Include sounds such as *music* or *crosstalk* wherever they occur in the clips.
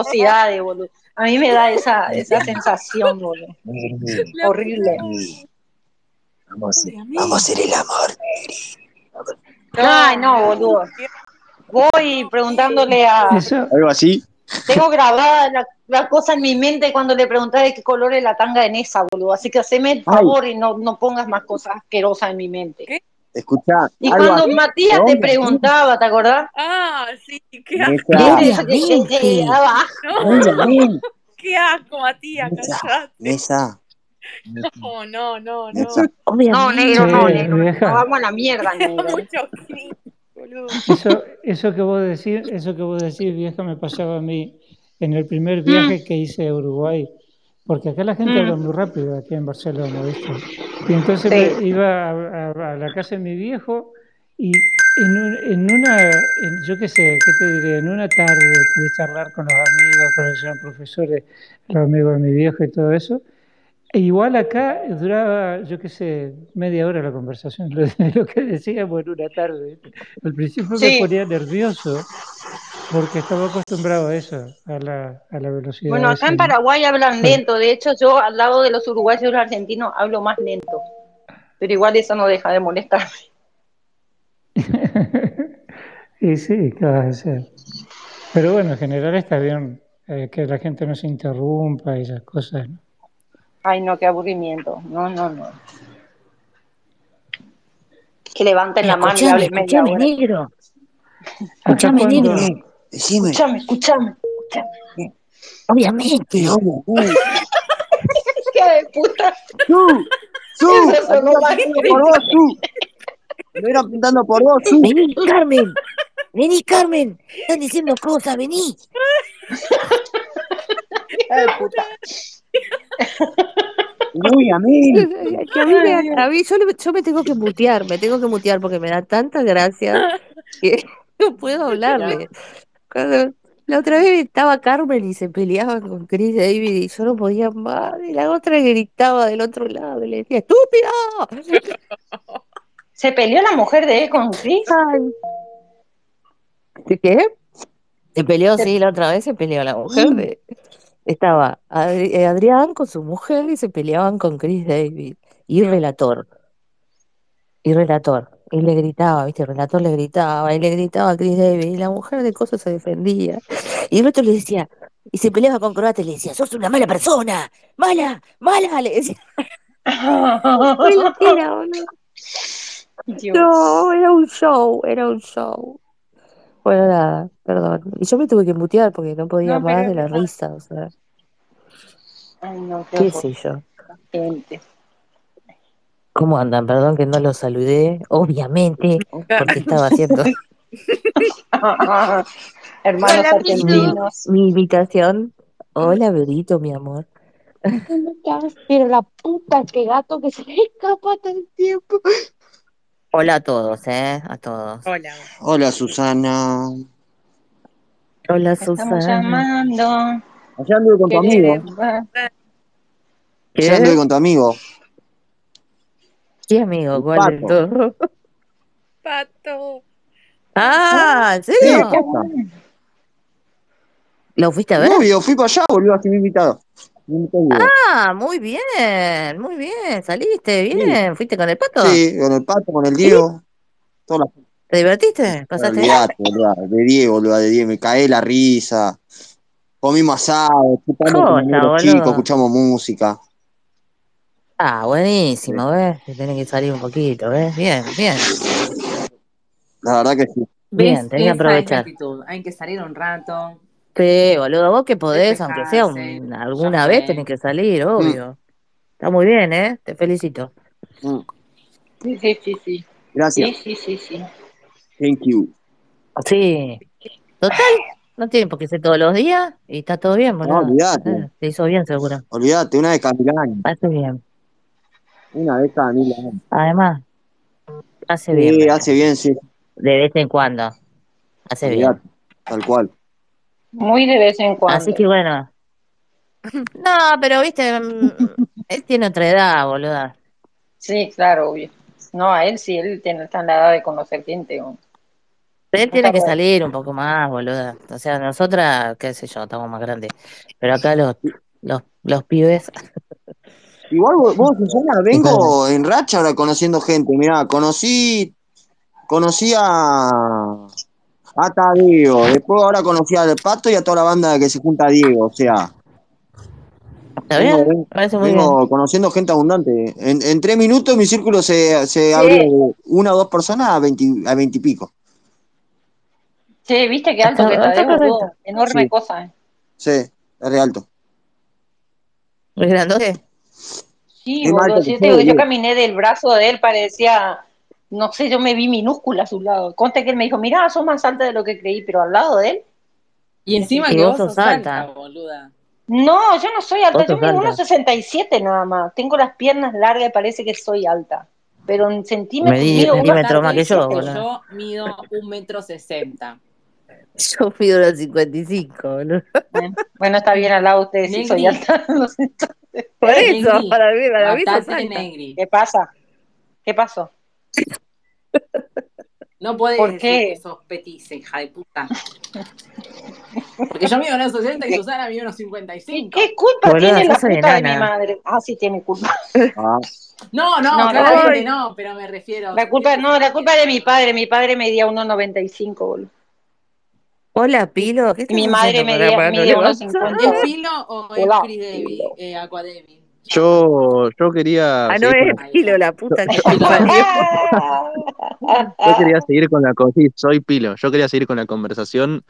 asquerosidades, boludo. A mí me da *laughs* esa, esa sensación, boludo. Horrible. Vamos, a hacer- vamos a hacer el amor. Ay, no, boludo. Voy preguntándole a... Eso, Algo así. Tengo grabada la, la cosa en mi mente cuando le preguntaba de qué color es la tanga en esa, boludo. Así que haceme el favor y no, no pongas más cosas asquerosas en mi mente. Escuchá. Y algo cuando así. Matías te Hombre, preguntaba, ¿te acordás? Ah, sí, qué asco, Neta, Eso que se te Obviamente. daba no, *laughs* qué asco, Matías, callate. Nesa. No, no, no, no. Nesa. No, negro, Sí, no, negro. vieja. No, vamos a la mierda, negro. *laughs* Mucho cringe, boludo. eso, eso que vos decís, eso que vos decís, vieja, me pasaba a mí en el primer viaje que hice a Uruguay, porque acá la gente Mm. habla muy rápido aquí en Barcelona, ¿viste? Y entonces Sí. me- iba a, a- a la casa de mi viejo y en, un- en una, en- yo qué sé, qué te diré, en una tarde de charlar con los amigos, con los eran profesores, los amigos de mi viejo y todo eso. E igual acá duraba, yo qué sé, media hora la conversación, *laughs* lo, lo que decíamos en una tarde. ¿viste? Al principio Sí. me ponía nervioso porque estaba acostumbrado a eso, a la, a la velocidad. Bueno, acá esa, en ¿no? Paraguay hablan Sí. lento. De hecho, yo al lado de los uruguayos y los argentinos hablo más lento. Pero igual eso no deja de molestarme. *laughs* y sí, ¿qué vas a hacer? Pero bueno, en general está bien eh, que la gente no se interrumpa y esas cosas. ¿no? *laughs* Ay, no, qué aburrimiento. No, no, no. Que levanten la mano y Escuchame, hablen media escuchame, hora. negro. Acá Escuchame, cuando- negro. Decime. Escuchame, *laughs* escuchame. Obviamente. Te amo. Uh, Hija de puta. Su. Su. *laughs* Eso sonó Andaba más apuntando por vos, Su. Anduvieron apuntando por vos, Su. Vení, Carmen. Vení, Carmen. Están diciendo cosas, vení. Hija de puta. Obviamente. Que a mí me- a mí- yo, le- yo me tengo que mutear, me tengo que mutear porque me da tanta gracia que *laughs* no puedo hablarle. Cuando- la otra vez estaba Carmen y se peleaba con Chris David y yo no podía más. Y la otra gritaba del otro lado y le decía, ¡estúpido! ¿Se peleó la mujer de él con Chris? *laughs* ¿De qué? Se peleó, sí, la otra vez se peleó la mujer de... Estaba Adri- eh, Adrián con su mujer y se peleaban con Chris David y relator. Y relator. Y le gritaba, ¿viste? El relator le gritaba y le gritaba a Chris David y la mujer de cosas se defendía. Y el otro le decía, y se peleaba con Croata y le decía, sos una mala persona, mala, mala, le *laughs* decía, mentira, boludo. Dios. No, era un show, era un show. Bueno, nada, perdón. Y yo me tuve que mutear porque no podía No, más pero de la no. risa, o sea, Ay, no, qué qué horror, sé yo. gente. ¿Cómo andan? Perdón que no los saludé, obviamente, porque estaba *laughs* haciendo *laughs* Hermanos Hola, argentinos. mi invitación. Hola, Berito, mi amor. Pero la puta, que gato que se le escapa todo el tiempo. Hola a todos, ¿eh? A todos. Hola. Hola, Susana. Hola, Estamos Susana. llamando. Allá anduve con tu amigo. Queremos- Allá anduve con tu amigo. Sí, amigo, ¿cuál de Pato. todos? Pato. Ah, ¿en Sí, serio? posta. ¿Lo fuiste a ver? Novio, fui para allá, boludo, así me invitado. Me invitó el Diego. Ah, muy bien, muy bien, saliste bien, fuiste con el pato. Sí, con el pato, con el Diego. Todas las ¿Te divertiste? ¿Pasaste? Olvidate, boludo, de Diego, boludo, de Diego. Me caí la risa. Comimos asado, chupamos Joda, con los boludo. chicos, escuchamos música. Ah, buenísimo, ¿ves? Te tenés que salir un poquito, ¿ves? Bien, bien, La verdad que sí. bien, tenés que Esa es la aprovechar. actitud, Hay que salir un rato. Sí, boludo, vos que podés, aunque sea un- Despejarse, alguna ya vez, fue. tenés que salir, obvio. Está muy bien, ¿eh? Te felicito. Mm, Sí, sí, sí, sí. Sí, Gracias. sí, sí, sí. Thank you. Sí. Total, no tienen por qué ser todos los días y está todo bien, No, boludo. olvidate, Eh, Te hizo bien, seguro. olvidate, una vez cada mil años. Hace bien. Una vez cada mil años. Además, hace bien. Sí, ¿verdad? hace bien, sí. De vez en cuando. Hace bien. Olvidate, tal cual. Muy de vez en cuando. Así que bueno. *laughs* No, pero viste, mm, él tiene otra edad, boluda. Sí, claro, obvio. No, a él sí, él tiene, está en la edad de conocer gente. o- Usted tiene que salir un poco más, boluda. O sea, nosotras, qué sé yo, estamos más grandes. Pero acá los, los, los pibes. *laughs* Igual vos, vos, Susana, vengo en racha ahora conociendo gente. Mirá, conocí, conocí a, a Tadeo, después ahora conocí al Pato y a toda la banda que se junta a Diego. O sea, ¿Está bien? Me Parece muy bien. vengo conociendo gente abundante. En, en tres minutos mi círculo se, se abrió de una o dos personas a veinti a veintipico. Che, viste qué alto Está- que está Tadeo, correcto. boludo. Enorme Sí. cosa, eh. Sí, es re alto. ¿Es grandote? Sí, Es más boludo. alto que sí, yo, te digo, yo boludo. caminé del brazo de él, parecía, no sé, yo me vi minúscula a su lado. Conte que él me dijo, mirá, sos más alta de lo que creí, pero al lado de él. Y encima Y que vos vos sos sos alta, alta. boluda. No, yo no soy alta, Vos yo sos mido alta. 1,67 nada más. Tengo las piernas largas y parece que soy alta. Pero en centímetros Medí- mido medí- uno- metro más que yo, Contarte boluda. Yo mido un metro sesenta. Yo pido los 55, boludo. Bueno, está bien al lado ustedes, sí Negri. soy alta. *laughs* No sé. Por Negri, eso, para mí, para mí sos Matate, alta. negri. ¿Qué pasa? ¿Qué pasó? No puedes ¿Por decir qué? que sos petiza, hija de puta. Porque yo mido unos 60 y Susana mide unos ¿Y 55. qué culpa Boluda, tiene la sos puta de enana. mi madre? Ah, sí tiene culpa. Ah, No, no, No, no. claramente no, pero me refiero. La culpa, no, la culpa de mi padre. Mi padre medía 1,95, *laughs* boludo. Hola, Pilo. ¿qué Y mi estás madre haciendo me para di- pagar me los dio unos levantos? 50. ¿Es Pilo o es Hola. Chris Devi, eh, Aqua Devi? Yo, yo quería. Ah, no seguir con es la- Pilo, la puta *laughs* que te parió. Ah. Ah. yo quería seguir con la con- sí, soy Pilo. Yo quería seguir con la conversación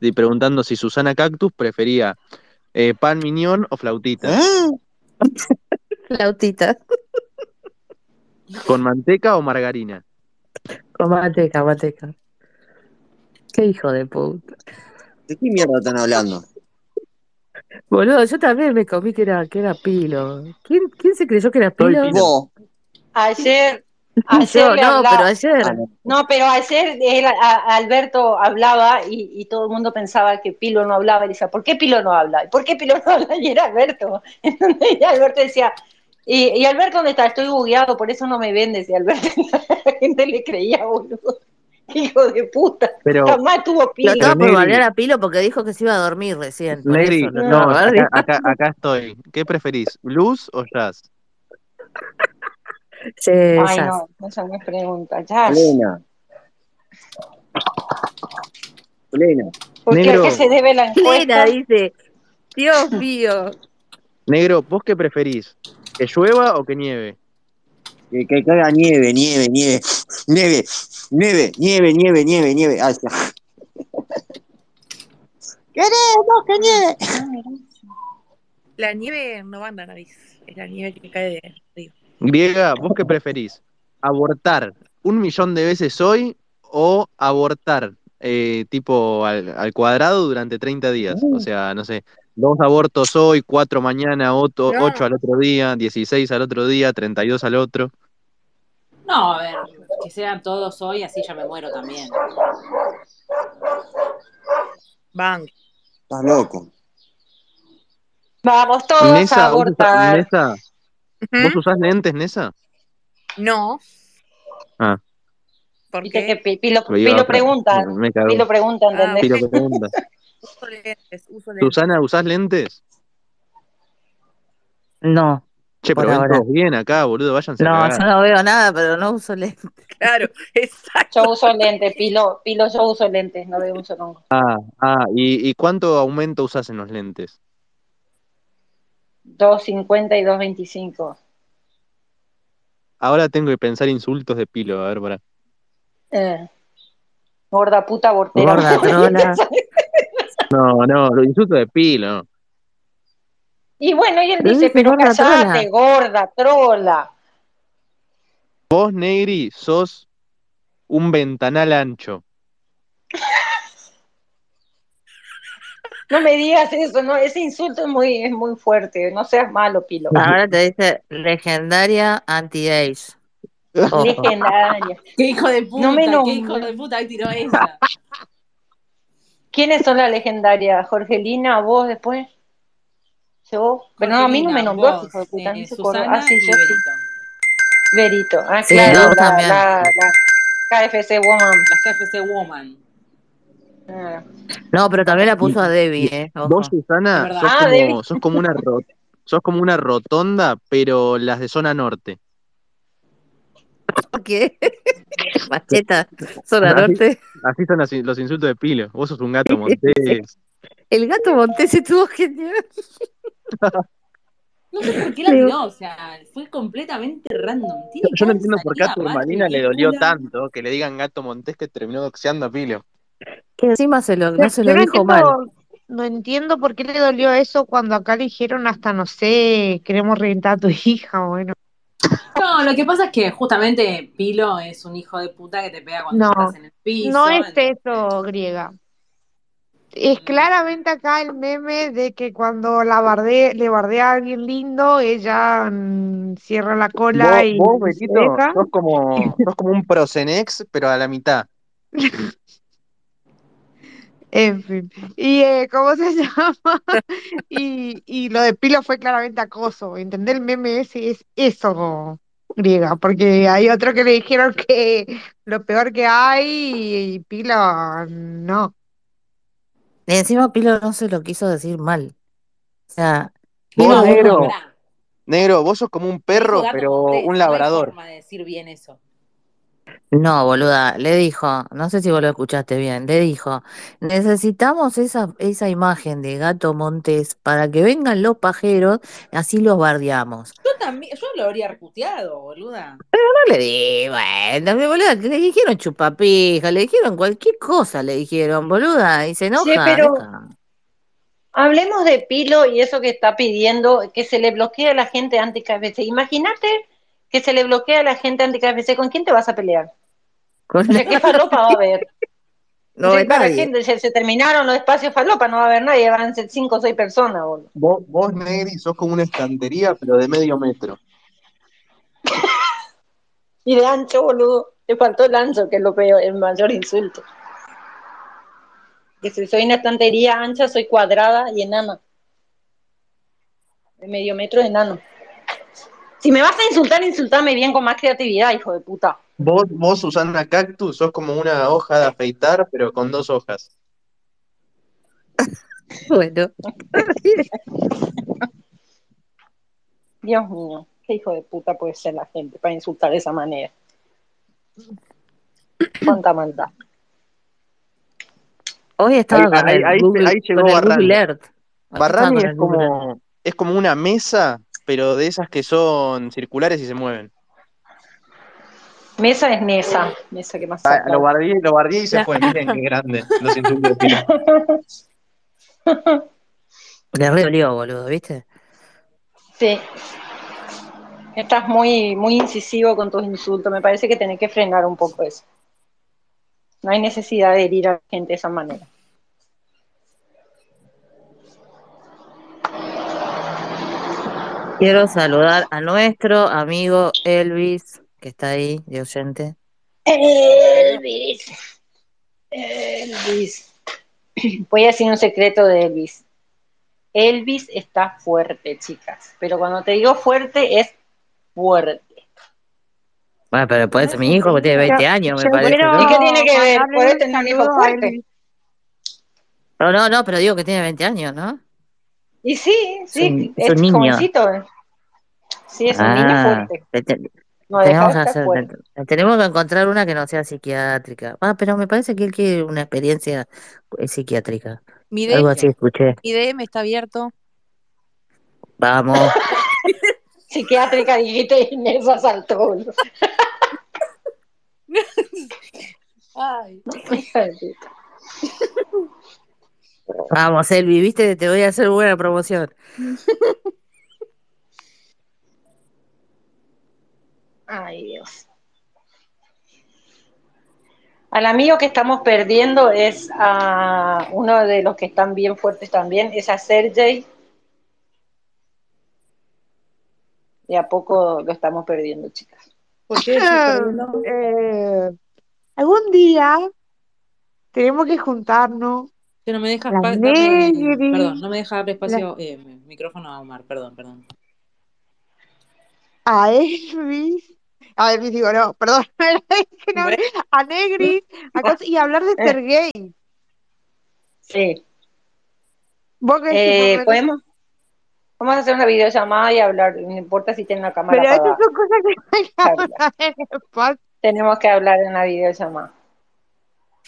y preguntando si Susana Cactus prefería eh, pan miñón o flautita. ¿eh? Flautita. ¿Con manteca o margarina? Con manteca, manteca. Qué hijo de puta. ¿De qué mierda están hablando? Boludo, yo también me comí que era, que era Pilo. ¿Quién, quién se creyó que era Soy Pilo? Pilo. Vos, Ayer, *laughs* Yo, ayer le no, hablaba- pero ayer. ah, no. No, pero ayer él, a- a- Alberto hablaba y, y todo el mundo pensaba que Pilo no hablaba. Y decía, ¿por qué Pilo no habla? ¿Y ¿Por qué Pilo no habla? *laughs* Y era Alberto. Entonces, y Alberto decía, ¿y, y Alberto dónde está? Estoy bugueado, por eso no me vendes. Y Alberto, *laughs* la gente le creía, boludo. *laughs* Hijo de puta. Pero, Jamás tuvo Lo Pilo. estaba por Negri. bardear a Pilo porque dijo que se iba a dormir recién. Por Negri, eso lo no, estaba bardeando. acá, acá- acá estoy. ¿Qué preferís, blues o jazz? Sí, Ay, ya. no, esa no es pregunta. Ah. Ya. Elena. Elena. ¿Por qué, ¿A Negro. qué se debe la encuesta? Elena dice, Dios mío. Negro, ¿vos qué preferís? ¿Que llueva o que nieve? Que, que caiga nieve, nieve, nieve, nieve, nieve, nieve, nieve, nieve, nieve. Ay, ya. Queremos que nieve. La nieve no va en la nariz, es la nieve que cae de arriba. Griega, ¿vos qué preferís? ¿Abortar un millón de veces hoy o abortar eh, tipo al, al cuadrado durante 30 días? O sea, no sé, dos abortos hoy, cuatro mañana, otro, No. ocho al otro día, 16 al otro día, 32 al otro. No, a ver, que sean todos hoy, así ya me muero también. Van. Estás loco. Vamos todos a Nessa, ¿vos usa- abortar. Nessa, ¿Mm? ¿vos usás lentes, Nessa? No. Ah. ¿Por Viste que qué? Pi- Pilo, Me iba a Pilo pre- pregunta. Me cago. Pilo pregunta, ¿entendés? Pilo pregunta. Uso lentes, uso lentes. Susana, ¿usás lentes? No, Che, Por pero ven ahora. todos bien acá, boludo, váyanse a no, cagar. yo no veo nada, pero no uso *laughs* lentes. Claro, *laughs* exacto. Yo uso lentes, Pilo, Pilo, yo uso lentes, no veo un solongo. Ah, ¿y, y cuánto aumento usás en los lentes? 2.50 y 2.25. Ahora tengo que pensar insultos de pilo, a ver, para. Eh. Gorda puta abortera. Gorda trola. No, no, los insultos de pilo. *laughs* Y bueno, y él Le dice, dije, pero gorda callate, gorda trola. Vos, Negri, sos un ventanal ancho. No me digas eso, no, ese insulto es muy, es muy fuerte, no seas malo, Pilo. *laughs* Ahora te dice legendaria anti-age. Ojo. *laughs* Legendaria. ¡Qué hijo de puta! No me ¡Qué nombres. hijo de puta! Ahí tiró esa. ¿Quiénes son las legendarias? Jorgelina, vos después. Yo. Pero no, a mí no me Cortina, nombró, vos, hijo de puta, no eh, se acordó. Susana Ah, sí, y yo sí. Berito. Verito. Ah, Sí, claro, vos la, también. la- la KFC Woman. Las KFC Woman. Ah. No, pero también la puso a Debbie, ¿eh? Ojo. Vos, Susana, Es sos verdad. Ah, como, Debbie. sos como una ro- sos como una rotonda, pero las de zona norte. ¿Por *laughs* qué? Macheta, zona norte. Así son las- los insultos de Pilo. Vos sos un gato montés. El gato montés estuvo genial. No sé por qué la tiró, o sea, fue completamente random. Tiene Yo no cada entiendo por qué a salida tu más hermanina le dolió ridícula. tanto que le digan gato montés que terminó doxeando a Pilo. Que encima se lo, no se lo Yo dijo mal. entiendo- No entiendo por qué le dolió eso cuando acá le dijeron hasta, no sé, queremos reventar a tu *laughs* hija, bueno. No, lo que pasa es que justamente Pilo es un hijo de puta que te pega cuando No, estás en el piso. No es entonces- eso, griega. Es claramente acá el meme de que cuando la barde, le bardea a alguien lindo, ella mm, cierra la cola y vos, vos, se Betito, deja. sos como, sos como un prosenex, pero a la mitad. En fin. Y eh, ¿cómo se *laughs* llama? Y, y lo de Pilo fue claramente acoso. ¿Entendés? El meme ese es eso, griega. Porque hay otro que le dijeron que lo peor que hay y Pilo no. Y encima Pilo no se lo quiso decir mal. O sea, Vos, Pilo negro. vino- Pará, Negro, vos sos como un dijo perro, gato pero montés, un No hay labrador. forma de decir bien eso. No, boluda, le dijo, no sé si vos lo escuchaste bien, le dijo, necesitamos esa, esa imagen de Gato Montes para que vengan los pajeros, así los bardeamos. Yo también, yo lo habría reputeado, boluda. No le di, bueno, boluda, que le dijeron chupapija, le dijeron cualquier cosa, le dijeron, boluda, y Sí, se enoja, pero- deja. Hablemos de Pilo y eso que está pidiendo, que se le bloquee a la gente anti-KFC. Imagínate que se le bloquea a la gente anti-KFC. ¿Con quién te vas a *laughs* pelear? Con O sea, ¿qué falopa va a haber? no Sí, ve para nadie. gente, se, se terminaron los espacios falopa, no va a haber nadie, van a ser cinco o seis personas, boludo. Vos, vos, Negri, sos como una estantería, pero de medio metro. Y de ancho, boludo. Le faltó el ancho, que es lo peor, el mayor insulto. Que si soy una estantería ancha, soy cuadrada y enana. De medio metro de enano. Si me vas a insultar, insultame bien con más creatividad, hijo de puta. Vos, vos, Susana Cactus, sos como una hoja de afeitar, pero con dos hojas. *laughs* Bueno, Dios mío, qué hijo de puta puede ser la gente para insultar de esa manera. Cuánta maldad. hoy Ahí, estaba con ahí- el ahí- Google, ahí llegó con el Google Barrani. Earth. Hoy estaba Barrani con es el Google Earth. como, es como una mesa, pero de esas que son circulares y se mueven. Mesa es mesa, mesa que más Ah, lo saca. guardé, lo guardé y se fue. Miren *laughs* qué grande. Los insultos de Pila. Le re dolió, boludo, ¿viste? Sí. Estás muy, muy incisivo con tus insultos. Me parece que tenés que frenar un poco eso. No hay necesidad de herir a la gente de esa manera. Quiero saludar a nuestro amigo Elvis, que está ahí de oyente. Elvis. Elvis. Voy a decir un secreto de Elvis. Elvis está fuerte, chicas. Pero cuando te digo fuerte, es fuerte. Bueno, pero puede No es ser mi hijo, que tiene 20 años, me Yo parece, quiero ¿Y ¿no? qué tiene que ver? mandarle Puede un tener un hijo saludo a fuerte. Elvis. No, no, no, pero digo que tiene 20 años, ¿no? Y sí, Es un, sí, es un es niño. jovencito. eh. Sí, es un niño Ah, fuerte. le te- No deja tenemos de que estar hacer, fuerte. le tenemos que encontrar una que no sea psiquiátrica. Ah, pero me parece que él quiere una experiencia eh, psiquiátrica. Mi Algo así DM, escuché. mi DM está abierto. Vamos. Psiquiátrica, dijiste, Inés asaltó. boludo. Ay, Hija de puta. Vamos, Elvi, viste, te voy a hacer buena promoción. Ay, Dios. Al amigo que estamos perdiendo es a uno de los que están bien fuertes también, es a Sergey. Y a poco lo estamos perdiendo, chicas. ¿por qué estoy perdiendo? Eh, algún día tenemos que juntarnos. Que no me deja La espa- darle, Negri. perdón, no me deja darle espacio, eh, micrófono a Omar, perdón, perdón. a Elvis, a Elvis digo, *laughs* no, perdón, a Negri, a Negri, a cosas- y hablar de Sergey, Sí. ¿Vos qué Eh, decís, Marcelo? ¿Podemos? Vamos a hacer una videollamada y hablar, no importa si tienen la cámara Pero apagada. esas son cosas que hay que Habla. hablar en el podcast. Tenemos que hablar en la videollamada.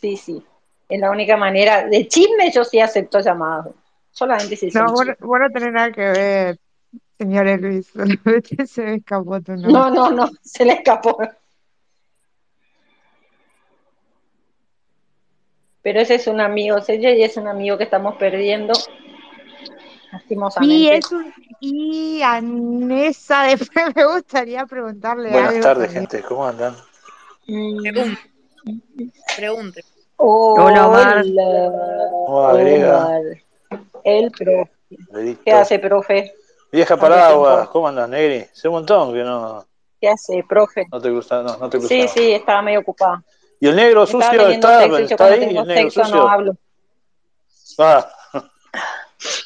Sí, sí. Es la única manera. De chisme yo sí acepto llamadas. Solamente si No, son vos, no- vos no tenés nada que ver, señor Luis. *laughs* Solamente se me escapó tu nombre. No, no, *laughs* no, se le escapó. Pero ese es un amigo, Sergio, y es un amigo que estamos perdiendo. Lastimosamente. Y es un. Y Anesa, *laughs* después me gustaría preguntarle Buenas algo. tardes, también. gente. ¿Cómo andan? Mm, *laughs* Pregunte. Pregunte. Hola, Omar. hola, Hola, Grega. Oh, Omar. El profe. Grito. ¿Qué hace, profe? Vieja Tanto Paraguas, tiempo. ¿cómo andas, Negri? Hace un montón que no, ¿Qué hace, profe? no te gusta, no, no te Sí, cruzaba. sí, estaba medio ocupada. ¿Y el negro Estaba sucio leyendo está, texto, y yo está cuando ahí? tengo ¿El negro texto sucio? no hablo. Ah. *laughs* ya Yo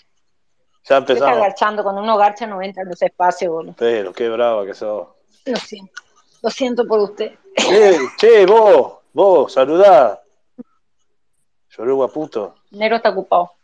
está empezamos. garchando, cuando uno garcha no entra en los espacios, boludo. Pero qué brava que sos. Lo siento. Lo siento por usted. Che, che, vos, vos, saludá. Yoruba puto. Nero está ocupado.